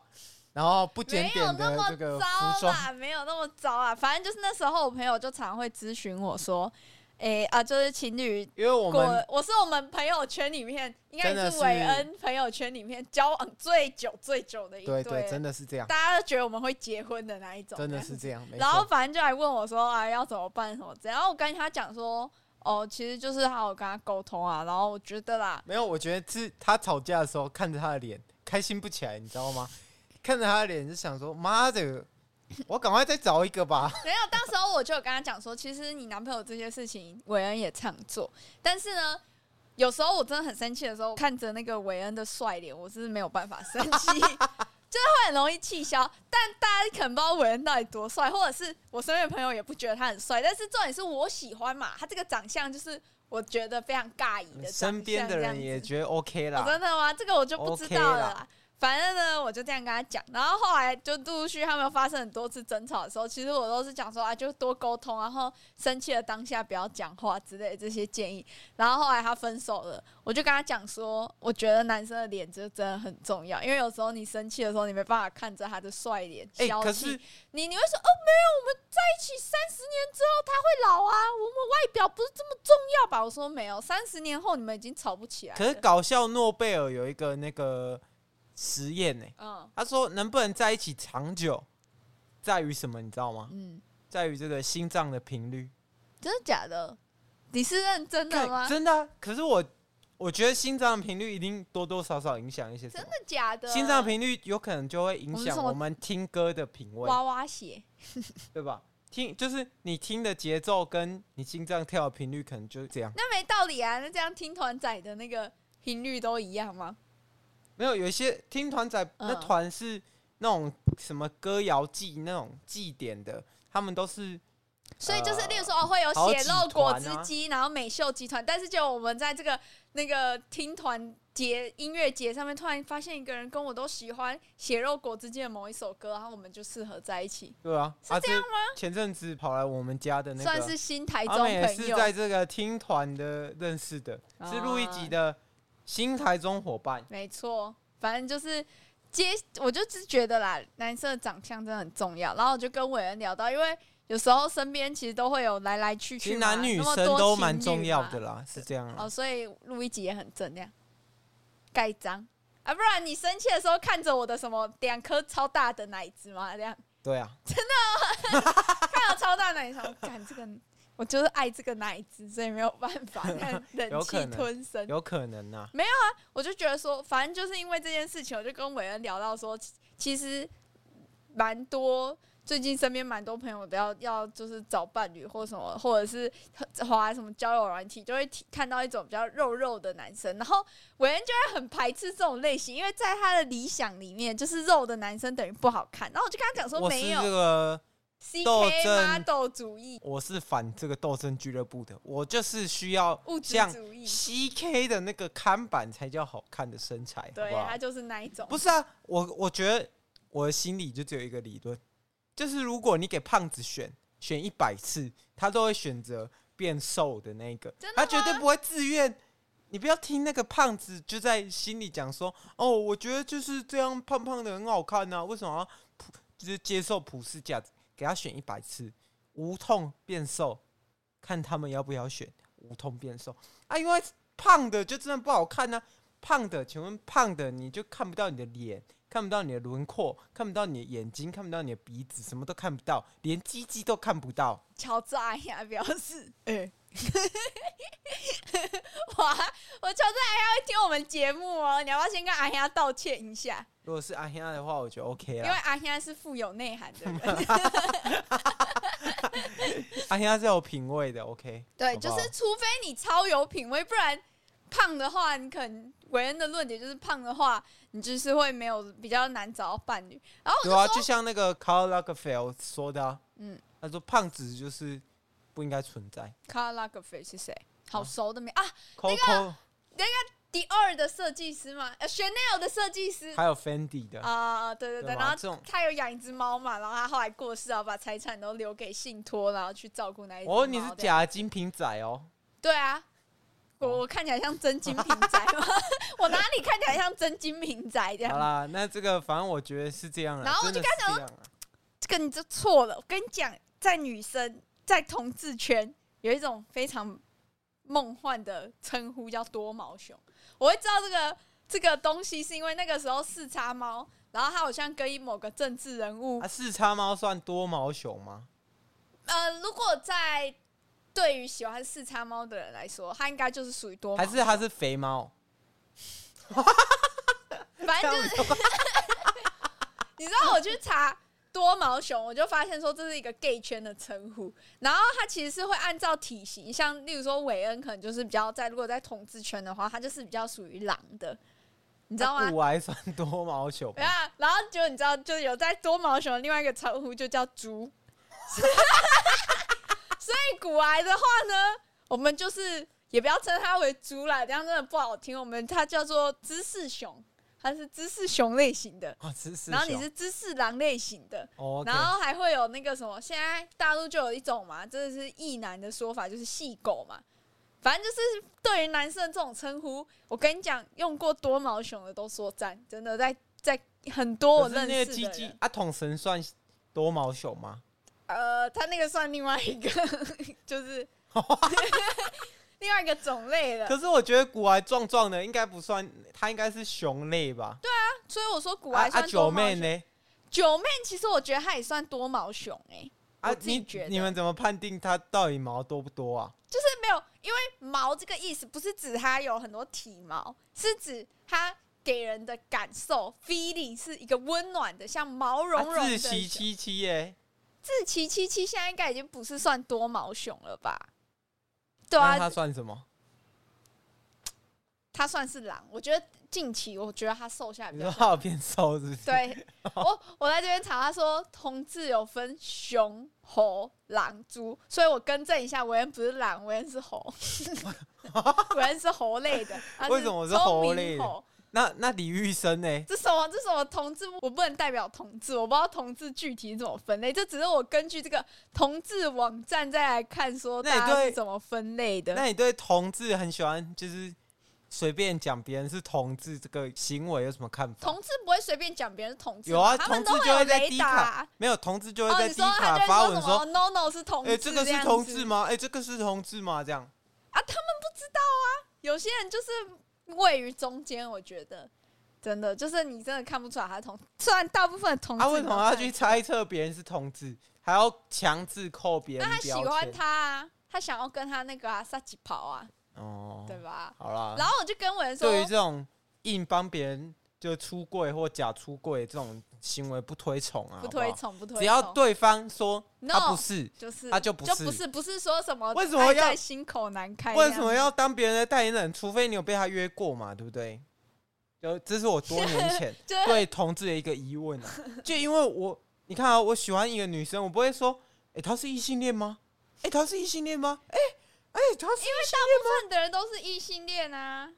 Speaker 3: 然后不检
Speaker 4: 没有
Speaker 3: 点
Speaker 4: 那
Speaker 3: 的
Speaker 4: 么
Speaker 3: 这个服
Speaker 4: 糟
Speaker 3: 装，
Speaker 4: 啦，没有那么糟啦。反正就是那时候我朋友就常会咨询我说，诶、啊，就是情侣。
Speaker 3: 因为我们
Speaker 4: 过，我是我们朋友圈里面，应该
Speaker 3: 真的
Speaker 4: 也是韦
Speaker 3: 是
Speaker 4: 恩朋友圈里面交往最久最久的一
Speaker 3: 对对，
Speaker 4: 了
Speaker 3: 真的是这样，
Speaker 4: 大家都觉得我们会结婚的那一种，
Speaker 3: 真的是这样，没
Speaker 4: 然后
Speaker 3: 错，
Speaker 4: 反正就来问我说啊要怎么办什么之类，然后我跟他讲说哦，其实就是好好跟他沟通啊，然后我觉得啦，
Speaker 3: 没有，我觉得是他吵架的时候看着他的脸开心不起来，你知道吗？看着他的脸就想说，妈的，我赶快再找一个 吧。
Speaker 4: 没有，当时候我就有跟他讲说，其实你男朋友这些事情，韦恩也常做，但是呢。有时候我真的很生气的时候，看着那个韦恩的帅脸，我是没有办法生气，就是会很容易气消。但大家可能不知道韦恩到底多帅，或者是我身边的朋友也不觉得他很帅。但是重点是我喜欢嘛，他这个长相就是我觉得非常尬意的长相。
Speaker 3: 身边的
Speaker 4: 这样
Speaker 3: 人
Speaker 4: 子
Speaker 3: 也觉得 OK
Speaker 4: 哦，
Speaker 3: 啦，
Speaker 4: 真的吗？这个我就不知
Speaker 3: OK
Speaker 4: 道了
Speaker 3: 啦
Speaker 4: 啦反正呢，我就这样跟他讲，然后后来就陆陆续续他们发生很多次争吵的时候，其实我都是讲说啊，就多沟通，然后生气的当下不要讲话之类的这些建议。然后后来他分手了，我就跟他讲说，我觉得男生的脸就真的很重要，因为有时候你生气的时候，你没办法看着他的帅脸
Speaker 3: 哎、
Speaker 4: 消
Speaker 3: 可
Speaker 4: 气
Speaker 3: 是，
Speaker 4: 你你会说哦，没有，我们在一起三十年之后他会老啊，我们外表不是这么重要吧？我说没有，三十年后你们已经吵不起来了。
Speaker 3: 可是搞笑诺贝尔有一个那个实验呢、
Speaker 4: 嗯
Speaker 3: 他说能不能在一起长久，在于什么？你知道吗？
Speaker 4: 嗯。
Speaker 3: 在于这个心脏的频率。
Speaker 4: 真的假的？你是认真的吗？
Speaker 3: 看真的啊、可是我我觉得心脏的频率一定多多少少影响一些什
Speaker 4: 真
Speaker 3: 么
Speaker 4: 的。假的？
Speaker 3: 心脏频率有可能就会
Speaker 4: 我
Speaker 3: 影
Speaker 4: 们
Speaker 3: 响
Speaker 4: 什么
Speaker 3: 我们听歌的品味，
Speaker 4: 娃娃鞋，
Speaker 3: 对吧？听就是你听的节奏跟你心脏跳的频率可能就是这样。
Speaker 4: 那没道理啊！那这样听团仔的那个频率都一样吗？
Speaker 3: 没有，有一些听团仔那
Speaker 4: 嗯
Speaker 3: 团是那种什么歌谣祭那种祭典的，他们都是
Speaker 4: 所以就是，
Speaker 3: 呃
Speaker 4: 例如说、哦、会有
Speaker 3: 好
Speaker 4: 血
Speaker 3: 几
Speaker 4: 肉果
Speaker 3: 团
Speaker 4: 汁
Speaker 3: 啊
Speaker 4: 机，然后美秀集团，但是就我们在这个那个听团节音乐节上面，突然发现一个人跟我都喜欢血肉果汁间的某一首歌，然后我们就适合在一起，
Speaker 3: 对啊，
Speaker 4: 是
Speaker 3: 啊
Speaker 4: 这样
Speaker 3: 吗？前阵子跑来我们家的那个，
Speaker 4: 算是新台中
Speaker 3: 阿美也是
Speaker 4: 朋友。啊
Speaker 3: 在这个听团的认识的，是录一集的新台中伙伴。
Speaker 4: 没错，反正就是接，我就是觉得啦，男生的长相真的很重要。然后我就跟伟恩聊到，因为有时候身边其实都会有来来去
Speaker 3: 其
Speaker 4: 去
Speaker 3: 实
Speaker 4: 嘛，
Speaker 3: 男女
Speaker 4: 那么
Speaker 3: 生
Speaker 4: 多
Speaker 3: 都
Speaker 4: 情
Speaker 3: 蛮
Speaker 4: 侣
Speaker 3: 重要
Speaker 4: 嘛
Speaker 3: 的啦，是这样啦。
Speaker 4: 哦，所以录一集也很正量，盖章啊，不然你生气的时候看着我的什么两颗超大的奶子嘛，这样
Speaker 3: 对啊，
Speaker 4: 看到超大奶子，我干这个，我就是爱这个奶子，所以没有办法，这样忍
Speaker 3: 有
Speaker 4: 气
Speaker 3: 可能
Speaker 4: 吞声。
Speaker 3: 有可能啊呐。
Speaker 4: 我就觉得说，反正就是因为这件事情，我就跟伟恩聊到说，其其实蛮多。最近身边蛮多朋友都要要就是找伴侣或什么，或者是滑什么交友软体，就会提看到一种比较肉肉的男生，然后伟恩就会很排斥这种类型，因为在他的理想里面，就是肉的男生等于不好看。然后我就跟他讲说，
Speaker 3: 我是
Speaker 4: 没
Speaker 3: 这
Speaker 4: 有
Speaker 3: 个，
Speaker 4: C
Speaker 3: 斗
Speaker 4: K
Speaker 3: 争
Speaker 4: model 主义、
Speaker 3: 我是反这个斗争俱乐部的，我就是需要
Speaker 4: 物质
Speaker 3: 像
Speaker 4: 主义，
Speaker 3: CK 的那个看板才叫好看的身材，好
Speaker 4: 对
Speaker 3: 不好
Speaker 4: 他就是那一种，
Speaker 3: 不是啊，我我觉得我的心里就只有一个理论，就是如果你给胖子选选一百次，他都会选择变瘦的那一个
Speaker 4: 真的，
Speaker 3: 他绝对不会自愿。你不要听那个胖子就在心里讲说，哦，我觉得就是这样胖胖的很好看呐、为什么要普就是接受普世价值？给他选一百次，无痛变瘦，看他们要不要选无痛变瘦啊？因为胖的就真的不好看啊呢、胖的，请问胖的你就看不到你的脸，看不到你的轮廓，看不到你的眼睛，看不到你的鼻子，什么都看不到，连鸡鸡都看不到。
Speaker 4: 乔治哎呀，表示，哎、 哇，我乔治哎呀会听我们节目哦，你要不要先跟阿呀道歉一下？
Speaker 3: 如果是阿香的话，我觉得 OK 啊
Speaker 4: 因为
Speaker 3: 啦。
Speaker 4: 阿呀是富有内涵的 人，
Speaker 3: 阿香是有品味的，OK。
Speaker 4: 对，
Speaker 3: 好不
Speaker 4: 就
Speaker 3: 好
Speaker 4: 是除非你超有品味，不然胖的话，你可能韦恩的论点就是胖的话，你就是会没有比较难找到伴侣。然后我就
Speaker 3: 对啊，
Speaker 4: 说，
Speaker 3: 就像那个 Carl Lagerfeld 说的、啊，
Speaker 4: 嗯
Speaker 3: 嗯，他说胖子就是不应该存在。
Speaker 4: 卡拉格菲是谁？好熟的名啊！
Speaker 3: Coco
Speaker 4: 第二的设计师嘛，呃，Chanel 的设计师
Speaker 3: 还有 Fendi 的，
Speaker 4: 啊、对对对，
Speaker 3: 对吧
Speaker 4: 然
Speaker 3: 这
Speaker 4: 后
Speaker 3: 种
Speaker 4: 他有养一只猫嘛，然后他后来过世，然后把财产都留给信托，然后去照顾那一只猫。
Speaker 3: 哦，你是？假精品仔哦，
Speaker 4: 对啊，我
Speaker 3: 哦
Speaker 4: 我看起来像真金品 仔吗？我哪里看起来像真金品仔这
Speaker 3: 好
Speaker 4: 样？
Speaker 3: 啦，那这个反正我觉得是这样啦，
Speaker 4: 啊然后我
Speaker 3: 真
Speaker 4: 就
Speaker 3: 的是
Speaker 4: 跟他讲
Speaker 3: 这样啦
Speaker 4: 这个你就错了。我跟你讲，在女生在同志圈有一种非常梦幻的称呼叫多毛熊。我会知道这个这个东西，是因为那个时候四叉猫，然后他好像跟某个政治人物
Speaker 3: 啊，四叉猫算多毛熊吗？
Speaker 4: 呃，如果在对于喜欢四叉猫的人来说，它应该就是属于多毛
Speaker 3: 还是它是肥猫？
Speaker 4: 反哎正就是
Speaker 3: 这样子
Speaker 4: 你知道我去查多毛熊，我就发现说这是一个 gay 圈的称呼，然后它其实是会按照体型，像例如说韦恩可能就是比较在如果在统治圈的话，他就是比较属于狼的，你知道吗？
Speaker 3: 我还算多毛熊吗，
Speaker 4: 啊，然后就你知道，就有在多毛熊的另外一个称呼就叫猪， 所以古癌的话呢，我们就是也不要称它为猪啦，这样真的不好听。我们它叫做知识熊，它是知识熊类型的，
Speaker 3: 啊，吃四
Speaker 4: 然后你
Speaker 3: 熊
Speaker 4: 是知识狼类型的，
Speaker 3: 哦，
Speaker 4: 然后还会有那个什么，现在大陆就有一种嘛，真的是异男的说法，就是细狗嘛。反正就是对于男生这种称呼，我跟你讲，用过多毛熊的都说赞，真的在在很多我
Speaker 3: 可是
Speaker 4: 认
Speaker 3: 那
Speaker 4: 识
Speaker 3: 个
Speaker 4: 的
Speaker 3: 鸡
Speaker 4: 人
Speaker 3: 鸡啊，桶神算多毛熊吗？
Speaker 4: 呃，他那个算另外一个， 就是 另外一个种类了。
Speaker 3: 可是我觉得古玩壮壮的应该不算，它应该是熊类吧？对，
Speaker 4: 所以我说古
Speaker 3: 啊
Speaker 4: 玩
Speaker 3: 啊，
Speaker 4: 算多
Speaker 3: 九
Speaker 4: 毛
Speaker 3: 妹
Speaker 4: 熊。
Speaker 3: 呢？
Speaker 4: 九妹其实我觉得她也算多毛熊哎、
Speaker 3: 啊
Speaker 4: 我，自己
Speaker 3: 你
Speaker 4: 觉得
Speaker 3: 你们怎么判定它到底毛多不多啊？
Speaker 4: 就是没有，因为毛这个意思不是指它有很多体毛，是指它给人的感受 feeling 是一个温暖的，像毛茸茸
Speaker 3: 啊
Speaker 4: 的。
Speaker 3: 自习七七耶，
Speaker 4: 自奇七七现在应该已经不是算多毛熊了吧？对
Speaker 3: 那
Speaker 4: 啊
Speaker 3: 它，算什么？
Speaker 4: 它算是狼。我觉得近期我觉得他瘦下来比
Speaker 3: 你
Speaker 4: 较
Speaker 3: 说
Speaker 4: 多。
Speaker 3: 他有变瘦是不是？
Speaker 4: 对啊我，我在这边查，他说同志有分熊、猴、狼、猪，所以我更正一下，韦恩不是狼，韦恩是猴， 韦恩是猴类的。他
Speaker 3: 为什么是
Speaker 4: 聪
Speaker 3: 猴
Speaker 4: 明
Speaker 3: 类的
Speaker 4: 猴
Speaker 3: 那那李玉生呢？
Speaker 4: 这什么？这什么同志？我不能代表同志，我不知道同志具体怎么分类。这只是我根据这个同志网站再来看，说
Speaker 3: 那你
Speaker 4: 大家是
Speaker 3: 对
Speaker 4: 怎么分类的。
Speaker 3: 那你对同志很喜欢，就是随便讲别人是同志这个行为有什么看法？
Speaker 4: 同志不会随便讲别人是同志嘛，
Speaker 3: 有啊，
Speaker 4: 他
Speaker 3: 同
Speaker 4: 们
Speaker 3: 志
Speaker 4: 都会
Speaker 3: 就
Speaker 4: 有
Speaker 3: 会在
Speaker 4: 雷
Speaker 3: 低
Speaker 4: 达
Speaker 3: 卡。，没有同志就会
Speaker 4: 哦，
Speaker 3: 在
Speaker 4: 你
Speaker 3: 低
Speaker 4: 说他
Speaker 3: 卡
Speaker 4: 就
Speaker 3: 发
Speaker 4: 会
Speaker 3: 文
Speaker 4: 什么
Speaker 3: 说，
Speaker 4: “no no” 是同
Speaker 3: 哎、
Speaker 4: 志，
Speaker 3: 这个是
Speaker 4: 样
Speaker 3: 同
Speaker 4: 子
Speaker 3: 志吗？哎、这个是同志吗？这样
Speaker 4: 啊，他们不知道啊。有些人就是位于中间，我觉得真的就是你真的看不出来他是同，虽然大部分的同志
Speaker 3: 他、啊、为什
Speaker 4: 你都
Speaker 3: 么要
Speaker 4: 看得
Speaker 3: 去
Speaker 4: 出
Speaker 3: 猜测别人是同志，还要强制扣别
Speaker 4: 来？
Speaker 3: 人
Speaker 4: 那他喜
Speaker 3: 标签？
Speaker 4: 欢他啊，他想要跟他那个啊撒起跑啊，
Speaker 3: 哦，
Speaker 4: 对吧？
Speaker 3: 好啦。
Speaker 4: 然后我就跟文说，
Speaker 3: 对于这种硬帮别人就出柜或假出柜这种行为不推崇啊，
Speaker 4: 不
Speaker 3: 好
Speaker 4: 推
Speaker 3: 好
Speaker 4: 崇，不推崇，
Speaker 3: 只要对方说
Speaker 4: No
Speaker 3: 他不是
Speaker 4: 就是
Speaker 3: 他就不
Speaker 4: 就是不是不是说什么
Speaker 3: 为什么要
Speaker 4: 爱在心口难开这样
Speaker 3: 为
Speaker 4: 子？
Speaker 3: 什么要当别人的代言人？除非你有被他约过嘛，对不对？就这是我多年前
Speaker 4: 就是
Speaker 3: 对同志的一个疑问啊，就因为我你看啊，我喜欢一个女生，我不会说，哎、她是异性恋吗？哎、她是异性恋吗？哎、哎、她是异性
Speaker 4: 大部分的人都是异性恋啊，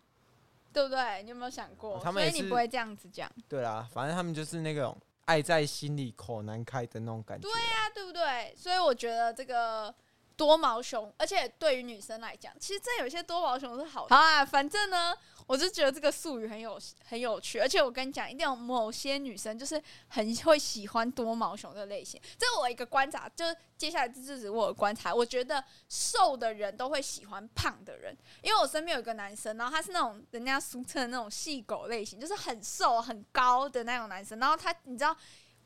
Speaker 4: 对不对？你有没有想过？
Speaker 3: 哦他们
Speaker 4: 所
Speaker 3: 也
Speaker 4: 以你
Speaker 3: 是
Speaker 4: 不会这样子讲，
Speaker 3: 对啦，反正他们就是那种爱在心里口难开的那种感觉。
Speaker 4: 对啊，对不对？所以我觉得这个。多毛熊，而且对于女生来讲，其实这有些多毛熊是好的。好啊，反正呢，我就觉得这个术语很有很有趣，而且我跟你讲，一定有某些女生就是很会喜欢多毛熊的类型。这我一个观察，就是接下来这就是我的观察，我觉得瘦的人都会喜欢胖的人，因为我身边有一个男生，然后他是那种人家俗称的那种细狗类型，就是很瘦很高的那种男生。然后他，你知道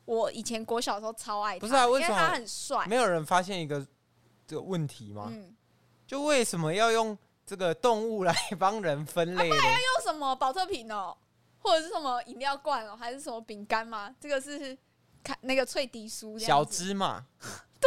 Speaker 4: 我以前国小的时候超爱他，
Speaker 3: 不是啊为
Speaker 4: 因为
Speaker 3: 什么
Speaker 4: 他很帅。
Speaker 3: 没有人发现一个这个问题吗？
Speaker 4: 嗯，
Speaker 3: 就为什么要用这个动物来帮人分类呢？
Speaker 4: 用什么保特瓶哦，或者是什么饮料罐哦，还是什么饼干吗？这个是看那个脆迪酥这
Speaker 3: 小
Speaker 4: 样子。啊
Speaker 3: 芝麻，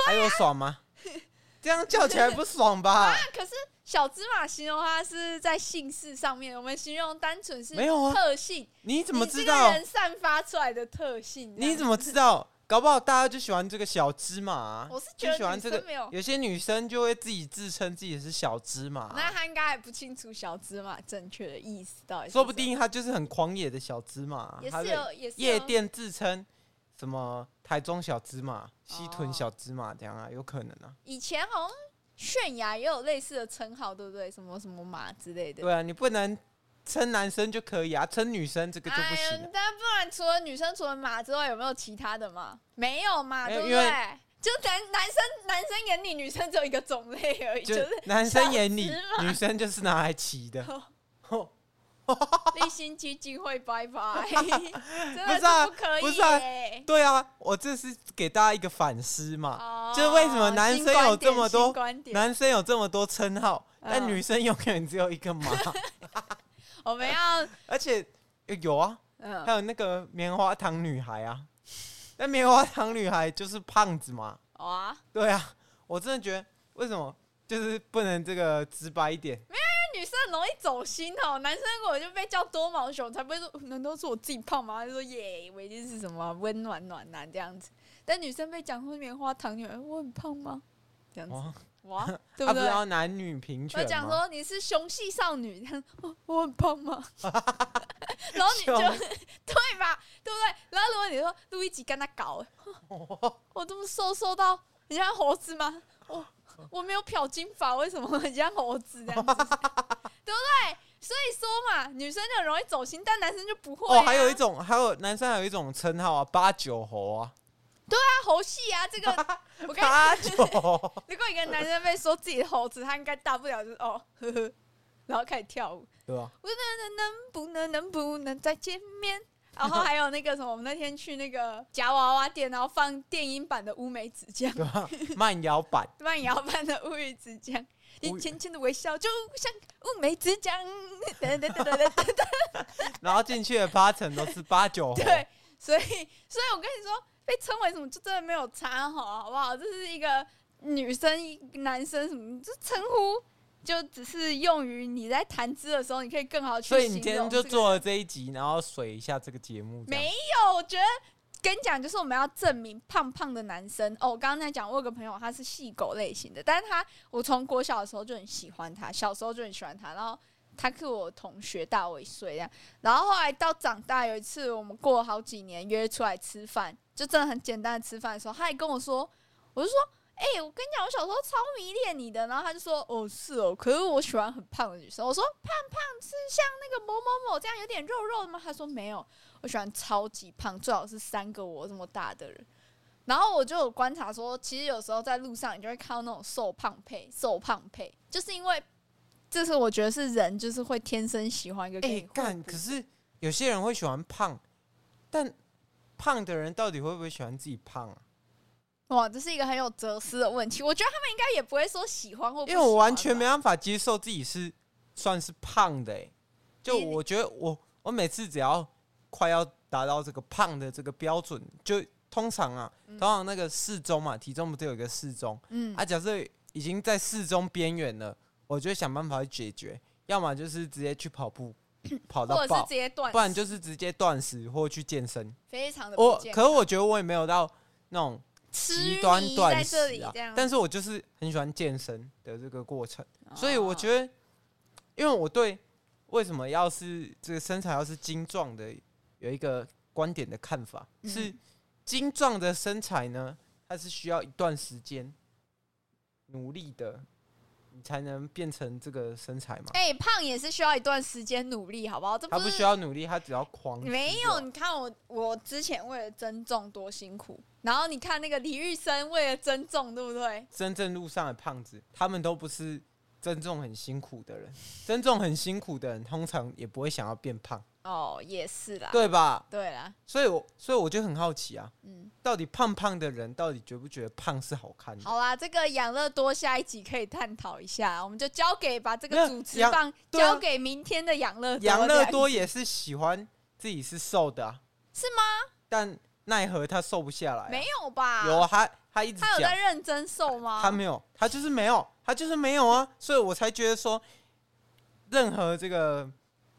Speaker 3: 还有爽吗？ 这样叫起来不爽吧？
Speaker 4: 啊可是小芝麻形容它是在姓氏上面，我们形容单纯是
Speaker 3: 没有啊
Speaker 4: 特性，
Speaker 3: 你怎么
Speaker 4: 你
Speaker 3: 知
Speaker 4: 这
Speaker 3: 道
Speaker 4: 个？人散发出来的特性？啊
Speaker 3: 你怎
Speaker 4: 么？
Speaker 3: 么知道？搞不好大家就喜欢这个小芝麻啊、
Speaker 4: 我是觉
Speaker 3: 就
Speaker 4: 得
Speaker 3: 喜欢
Speaker 4: 女
Speaker 3: 这
Speaker 4: 生
Speaker 3: 个
Speaker 4: 没有。
Speaker 3: 有些女生就会自己自称自己是小芝麻啊、
Speaker 4: 那他应该还不清楚小芝麻正确的意思到底是什么，
Speaker 3: 说不定她就是很狂野的小芝麻啊、
Speaker 4: 也
Speaker 3: 她
Speaker 4: 是
Speaker 3: 在
Speaker 4: 有，也是有
Speaker 3: 夜店自称什么台中小芝麻、
Speaker 4: 哦
Speaker 3: 西屯小芝麻这样啊，有可能啊。
Speaker 4: 以前好像泫雅也有类似的称号，对不对？什么什么马之类的。
Speaker 3: 对啊，你不能称男生就可以啊，称女生这个就不
Speaker 4: 哎
Speaker 3: 行、
Speaker 4: 呀
Speaker 3: 啊。，
Speaker 4: 但不然除了女生除了马之外，有没有其他的嘛？没有嘛，
Speaker 3: 没
Speaker 4: 对
Speaker 3: 有
Speaker 4: 不
Speaker 3: 因为
Speaker 4: 对？就男男生男生眼里女生只有一个种类而哎已，就
Speaker 3: 就是男生眼里
Speaker 4: 小芝，哦
Speaker 3: 女生就是拿来骑的。
Speaker 4: 立新基金会 拜拜，真的
Speaker 3: 不是啊
Speaker 4: 不可以
Speaker 3: 不是啊
Speaker 4: 耶。
Speaker 3: 对啊，我这是给大家一个反思嘛。
Speaker 4: 哦
Speaker 3: 就是为什么男生有这么多
Speaker 4: 新观点？新观点
Speaker 3: 男生有这么多称号，但
Speaker 4: 嗯
Speaker 3: 女生永远只有一个 嘛。
Speaker 4: 我们要
Speaker 3: 而且呃有啊，
Speaker 4: 嗯
Speaker 3: 还有那个棉花糖女孩啊，那棉花糖女孩就是胖子嘛。
Speaker 4: 好啊，
Speaker 3: 对啊，我真的觉得为什么就是不能这个直白一点？
Speaker 4: 女生很容易走心哦，男生我就被叫多毛熊，才不会说难道是我自己胖吗？他就说耶，我一定是什么啊温暖暖男这样子。但女生被讲说棉花糖女儿，我很胖吗？这样子
Speaker 3: 哇，
Speaker 4: 哇，对
Speaker 3: 他
Speaker 4: 不
Speaker 3: 哦啊不
Speaker 4: 对
Speaker 3: 是？要男女平
Speaker 4: 我
Speaker 3: 权
Speaker 4: 讲
Speaker 3: 吗？
Speaker 4: 说你是雄系少女， 这样哦我很胖吗？ 然后你就
Speaker 3: 凶
Speaker 4: 对吧？对不对？然后如果你说路易吉跟他 搞，我这么瘦瘦到很像猴子吗？我我没有漂金发，为什么很像猴子这样子？对不 对？所以说嘛，女生就很容易走心，但男生就不会、啊。
Speaker 3: 哦，还有一种，还有男生还有一种称号啊，八九猴 啊，
Speaker 4: 他猴系啊，这 个我跟你
Speaker 3: 八九猴。
Speaker 4: 如果一个男生被说自己是猴子，他应该大不了就是哦呵呵，然后开始跳舞。
Speaker 3: 对啊吧？
Speaker 4: 能不能能不能再见 面？然后还有那个什么，我们那天去那个夹娃娃店，然后放电音版的乌梅子酱，
Speaker 3: 对吧？慢摇版，
Speaker 4: 慢摇版的乌梅子酱，
Speaker 3: 乌
Speaker 4: 你
Speaker 3: 鱼
Speaker 4: 浅浅的微笑就像乌梅子酱，等等等等等等，
Speaker 3: 然后进去的八成都是八九猴。
Speaker 4: 对，所以所以我跟你说，被称为什么就真的没有差哈，好不好？这是一个女生男生什么这称呼。就只是用于你在谈资的时候，你可以更好去。
Speaker 3: 所以你今天就做了这一集，然后水一下这个节目。这样
Speaker 4: 没有，我觉得跟你讲，就是我们要证明胖胖的男生哦。我刚刚在讲，我有个朋友他是细狗类型的，但是他我从国小的时候就很喜欢他，小时候就很喜欢他，然后他是我同学，大我一岁这样。然后后来到长大有一次，我们过了好几年约出来吃饭，就真的很简单的吃饭的时候，他还跟我说，我就说。哎、我跟你讲，我小时候超迷恋你的，然后他就说：“哦，是哦，可是我喜欢很胖的女生。”我说：“胖胖是像那个某某某这样有点肉肉的吗？”他说：“没有，我喜欢超级胖，最好是三个我这么大的人。然后我就有观察说，其实有时候在路上你就会看到那种瘦胖配，瘦胖配，就是因为这是我觉得是人就是会天生喜欢一个可
Speaker 3: 哎
Speaker 4: 以互
Speaker 3: 干、
Speaker 4: 补
Speaker 3: 可是有些人会喜欢胖，但胖的人到底会不会喜欢自己胖啊？
Speaker 4: 哇，这是一个很有哲思的问题。我觉得他们应该也不会说喜欢或不喜
Speaker 3: 因为
Speaker 4: 欢
Speaker 3: 我完全没
Speaker 4: 吧
Speaker 3: 办法接受自己是算是胖的、欸，就
Speaker 4: 你
Speaker 3: 我觉得我我每次只要快要达到这个胖的这个标准，就通常啊，通常那个适中嘛，体重不是有一个适中
Speaker 4: 嗯
Speaker 3: 啊？假设已经在适中边缘了，我就会想办法去解决，要么就是直接去跑步，跑
Speaker 4: 或
Speaker 3: 到
Speaker 4: 者是
Speaker 3: 爆
Speaker 4: 直，接断食，
Speaker 3: 不然就是直接断食或去健身。
Speaker 4: 非常的
Speaker 3: 我
Speaker 4: 不健
Speaker 3: 可
Speaker 4: 康
Speaker 3: 我觉得我也没有到那种
Speaker 4: 痴
Speaker 3: 极端
Speaker 4: 迷在
Speaker 3: 断
Speaker 4: 这
Speaker 3: 食
Speaker 4: 里
Speaker 3: 啊
Speaker 4: 这样，，
Speaker 3: 但是我就是很喜欢健身的这个过程，
Speaker 4: 哦
Speaker 3: 所以我觉
Speaker 4: 得
Speaker 3: 得，因为我对为什么要是这个身材要是精壮的有一个观点的看法，是
Speaker 4: 嗯
Speaker 3: 精壮的身材呢，它是需要一段时间努力的，你才能变成这个身材嘛。
Speaker 4: 哎、胖也是需要一段时间努力，好不好？这
Speaker 3: 他
Speaker 4: 不
Speaker 3: 不
Speaker 4: 是
Speaker 3: 需要努力，他只要狂吃就好。
Speaker 4: 没有，你看我，我之前为了增重多辛苦，然后你看那个李玉生为了增重，对不对？
Speaker 3: 真正路上的胖子，他们都不是增重很辛苦的 人，增重很辛苦的人通常也不会想要变胖，
Speaker 4: 哦，也是啦，
Speaker 3: 对吧？
Speaker 4: 对啦，
Speaker 3: 所以我所以我就很好奇啊，
Speaker 4: 嗯，
Speaker 3: 到底胖胖的人到底觉不觉得胖是好看的？
Speaker 4: 好啦，这个养乐多下一集可以探讨一下，我们就交给把这
Speaker 3: 没
Speaker 4: 个
Speaker 3: 有
Speaker 4: 主持
Speaker 3: 养
Speaker 4: 棒
Speaker 3: 对啊
Speaker 4: 交给明天的养乐 多，
Speaker 3: 养乐多也是喜欢自己是瘦的、啊，
Speaker 4: 是
Speaker 3: 吗？但奈何他瘦不下来啊、
Speaker 4: 没有吧？
Speaker 3: 有啊，他他一直
Speaker 4: 他有在
Speaker 3: 讲，
Speaker 4: 认真瘦吗？
Speaker 3: 他没有，他就是没有，他就是没有啊，所以我才觉得说，任何这个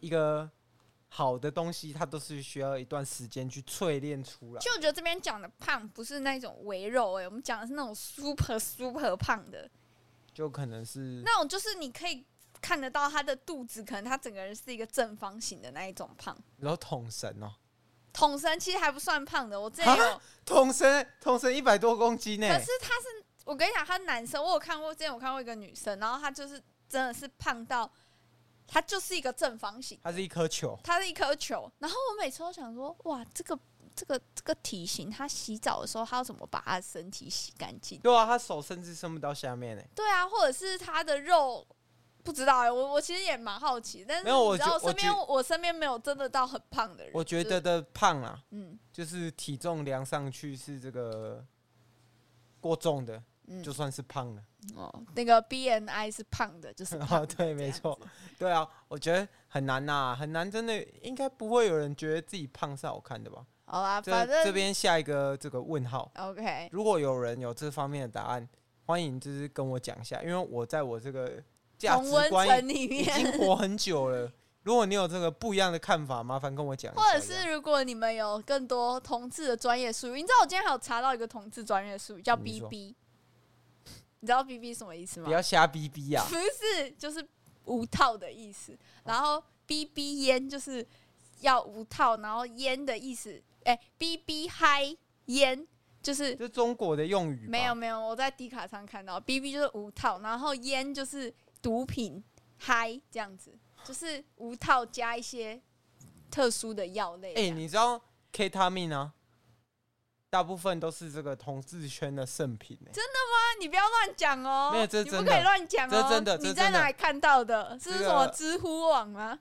Speaker 3: 一个好的东西，它都是需要一段时间去淬炼出来
Speaker 4: 其。实我觉得这边讲的胖不是那种围肉、哎，我们讲的是那种 super super 胖的，
Speaker 3: 嗯就可能是
Speaker 4: 那种就是你可以看得到他的肚子，可能他整个人是一个正方形的那一种胖。
Speaker 3: 然后桶神哦，
Speaker 4: 统神其实还不算胖的，我之前
Speaker 3: 啊
Speaker 4: 有，
Speaker 3: 桶神桶神一百多公斤呢、
Speaker 4: 可是他是我跟你讲，他男生我有看过，之前我看过一个女生，然后她就是真的是胖到，她就是一个正方形，
Speaker 3: 它是一颗球，
Speaker 4: 她是一颗球。然后我每次都想说，哇，这个这个这个体型，她洗澡的时候她要怎么把她的身体洗干净？
Speaker 3: 对啊，他手甚至伸不到下面呢、
Speaker 4: 对啊，或者是他的肉，不知道哎、我我其实也蛮好奇，但是
Speaker 3: 没有
Speaker 4: 你
Speaker 3: 我
Speaker 4: 知
Speaker 3: 觉
Speaker 4: 道
Speaker 3: 我
Speaker 4: 身边
Speaker 3: 觉
Speaker 4: 我身边没有真的到很胖的人，
Speaker 3: 我觉
Speaker 4: 就
Speaker 3: 得
Speaker 4: 是
Speaker 3: 的胖啊，
Speaker 4: 嗯
Speaker 3: 就是体重量上去是这个过重的，
Speaker 4: 嗯
Speaker 3: 就算是胖了。
Speaker 4: 哦，那个 BMI 是胖的， 就是
Speaker 3: 哦
Speaker 4: 胖的
Speaker 3: 对
Speaker 4: 这
Speaker 3: 没
Speaker 4: 样
Speaker 3: 错
Speaker 4: 子，
Speaker 3: 对啊，我觉得很难呐、很难，真的应该不会有人觉得自己胖是好看的吧？
Speaker 4: 好啦，
Speaker 3: 这
Speaker 4: 反正
Speaker 3: 这边下一个这个问号，
Speaker 4: OK，
Speaker 3: 如果有人有这方面的答案，欢迎就是跟我讲一下，因为我在我这个价
Speaker 4: 同
Speaker 3: 值
Speaker 4: 温
Speaker 3: 观
Speaker 4: 层里
Speaker 3: 已
Speaker 4: 面，
Speaker 3: 经活很久了。如果你有这个不一样的看法，麻烦跟我讲一下。
Speaker 4: 或者是如果你们有更多同志的专业术语，你知道我今天还有查到一个同志专业术语叫
Speaker 3: 你说
Speaker 4: BB，你知道 BB 什么意思吗
Speaker 3: 不？要瞎逼逼啊呀、
Speaker 4: 不是，就是无套的意思。然后 BB 烟就是要无套，然后烟的意思，哎、b b 嗨烟就是
Speaker 3: 这中国的用语吧
Speaker 4: 没有没有，我在迪卡上看到 BB 就是无套，然后烟就是毒品嗨这样子，就是无套加一些特殊的药类。啊
Speaker 3: 哎、你知道 K 他命啊？大部分都是这个同志圈的圣品欸呢、
Speaker 4: 那你不要乱讲哦，
Speaker 3: 没有这是
Speaker 4: 你
Speaker 3: 真
Speaker 4: 不
Speaker 3: 的
Speaker 4: 可以乱讲哦，
Speaker 3: 这是真的这
Speaker 4: 你
Speaker 3: 是
Speaker 4: 在
Speaker 3: 真的
Speaker 4: 哪里看到的？是
Speaker 3: 这个
Speaker 4: 什么知乎网吗？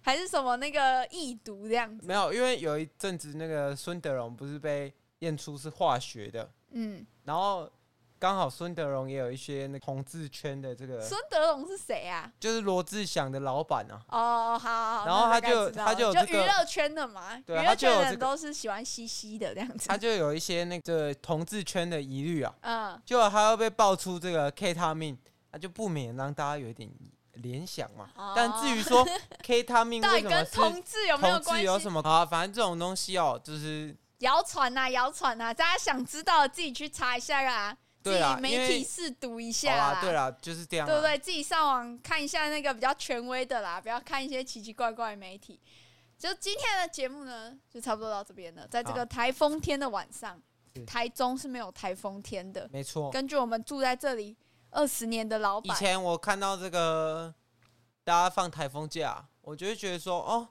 Speaker 4: 还是什么那个易读这样子？
Speaker 3: 没有，因为有一阵子那个孙德荣不是被验出是化学的，
Speaker 4: 嗯，
Speaker 3: 然后刚好孙德荣也有一些那同志圈的这个，
Speaker 4: 孙德龙是谁啊？
Speaker 3: 就是罗志祥的老板啊。
Speaker 4: 哦，好，好
Speaker 3: 然后他
Speaker 4: 那大概
Speaker 3: 就
Speaker 4: 知道
Speaker 3: 他就有
Speaker 4: 就
Speaker 3: 这
Speaker 4: 娱
Speaker 3: 个
Speaker 4: 乐圈的嘛，娱
Speaker 3: 对啊
Speaker 4: 乐
Speaker 3: 他就
Speaker 4: 圈
Speaker 3: 有
Speaker 4: 的
Speaker 3: 这
Speaker 4: 人
Speaker 3: 个
Speaker 4: 都是喜欢嘻嘻的这样子
Speaker 3: 他。就有一些那个同志圈的疑虑啊，
Speaker 4: 嗯，
Speaker 3: 结果他又被爆出这个 K 他命，啊，就不免让大家有一点联想嘛。
Speaker 4: 哦
Speaker 3: 但至于 说 K 他命
Speaker 4: 到
Speaker 3: 为
Speaker 4: 底
Speaker 3: 什么
Speaker 4: 跟
Speaker 3: 是
Speaker 4: 同志有没有
Speaker 3: 同志
Speaker 4: 关
Speaker 3: 有
Speaker 4: 系
Speaker 3: 什？么啊？反正这种东西哦，就是
Speaker 4: 谣传呐，谣传呐，大家想知道自己去查一下啊，自
Speaker 3: 对啦
Speaker 4: 己
Speaker 3: 因
Speaker 4: 媒
Speaker 3: 为
Speaker 4: 体试读一
Speaker 3: 好
Speaker 4: 下啊
Speaker 3: 啦，对啊啦，就是这样啦，
Speaker 4: 对不对？自己上网看一下那个比较权威的啦，不要看一些奇奇怪怪的媒体。就今天的节目呢，就差不多到这边了。在这
Speaker 3: 好
Speaker 4: 个台风天的晚上
Speaker 3: 是，
Speaker 4: 台中是没有台风天的。
Speaker 3: 没错。
Speaker 4: 根据我们住在这里二十年的老
Speaker 3: 以
Speaker 4: 板，
Speaker 3: 前我看到这个大家放台风假，我就会觉得说哦，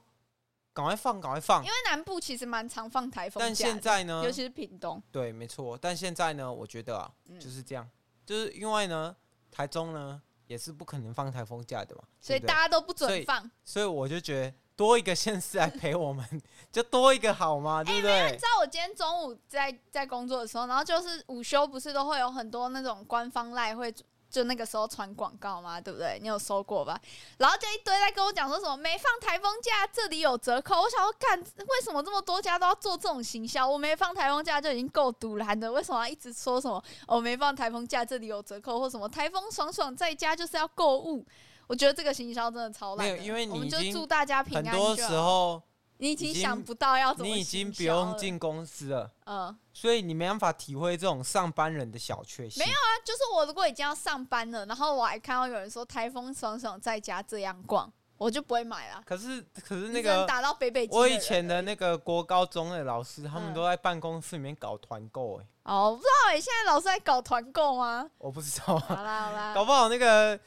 Speaker 3: 赶快放，赶快放
Speaker 4: 因。为南部其实蛮常放台风假的，
Speaker 3: 但现在呢
Speaker 4: 尤，其是屏东，
Speaker 3: 对，没错。但现在呢，我觉得啊，
Speaker 4: 嗯
Speaker 3: 就是这样，就是因为呢，台中呢也是不可能放台风假的嘛，
Speaker 4: 所以
Speaker 3: 对不对
Speaker 4: 大家都不
Speaker 3: 所以
Speaker 4: 准放。
Speaker 3: 所以我就觉得多一个县市来陪我们， 就多一个好嘛，
Speaker 4: 哎
Speaker 3: 对不对
Speaker 4: 你知？道我今天中午在在工作的时候，然后就是午休，不是都会有很多那种官方赖会就那个时候传广告嘛，对不对？你有收过吧？然后就一堆在跟我讲说什么没放台风假，这里有折扣。我想要干，为什么这么多家都要做这种行销？我没放台风假就已经够堵拦的，为什么要一直说什么我、哦、没放台风假，这里有折扣或什么台风爽爽在家就是要购物？我觉得这个行销真的超烂的，
Speaker 3: 没有因为你
Speaker 4: 我们就
Speaker 3: 已经
Speaker 4: 祝大家平
Speaker 3: 很
Speaker 4: 安。
Speaker 3: 多时，候
Speaker 4: 你已
Speaker 3: 已
Speaker 4: 经
Speaker 3: 经
Speaker 4: 想不到要怎么
Speaker 3: 你已经不
Speaker 4: 行销
Speaker 3: 用
Speaker 4: 了
Speaker 3: 进公司了，
Speaker 4: 嗯。
Speaker 3: 所以你没办法体会这种上班人的小确幸。
Speaker 4: 没有啊就是我如果已经要上班了，然后我还看到有人说台风爽爽在家这样逛，我就不会买啦。
Speaker 3: 可是可是
Speaker 4: 你
Speaker 3: 那
Speaker 4: 只能
Speaker 3: 个
Speaker 4: 打到北北基
Speaker 3: 我
Speaker 4: 的人
Speaker 3: 以前的那个国高中的老师，他们
Speaker 4: 嗯
Speaker 3: 都在办公室里面搞团购，哎，
Speaker 4: 哦，我不知道哎、现在老师在搞团购吗？
Speaker 3: 我不知道啊，
Speaker 4: 好啦好啦，
Speaker 3: 搞不好那个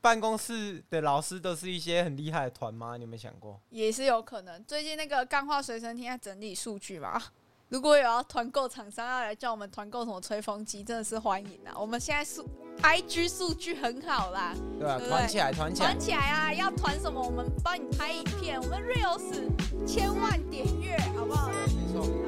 Speaker 3: 办公室的老师都是一些很厉害的团妈，你有没有想过？
Speaker 4: 也是有可能。最近那个钢化随身听在整理数据嘛， 如果有要团购厂商要来叫我们团购什么吹风机，真的是欢迎啦。啊我们现在数 IG 数据很好啦，
Speaker 3: 对吧？
Speaker 4: 对
Speaker 3: 团起来，团起来
Speaker 4: 团，起来啊！要团什么，我们帮你拍影片，我们 Reels 千万点阅，好不好？
Speaker 3: 没错。
Speaker 4: 好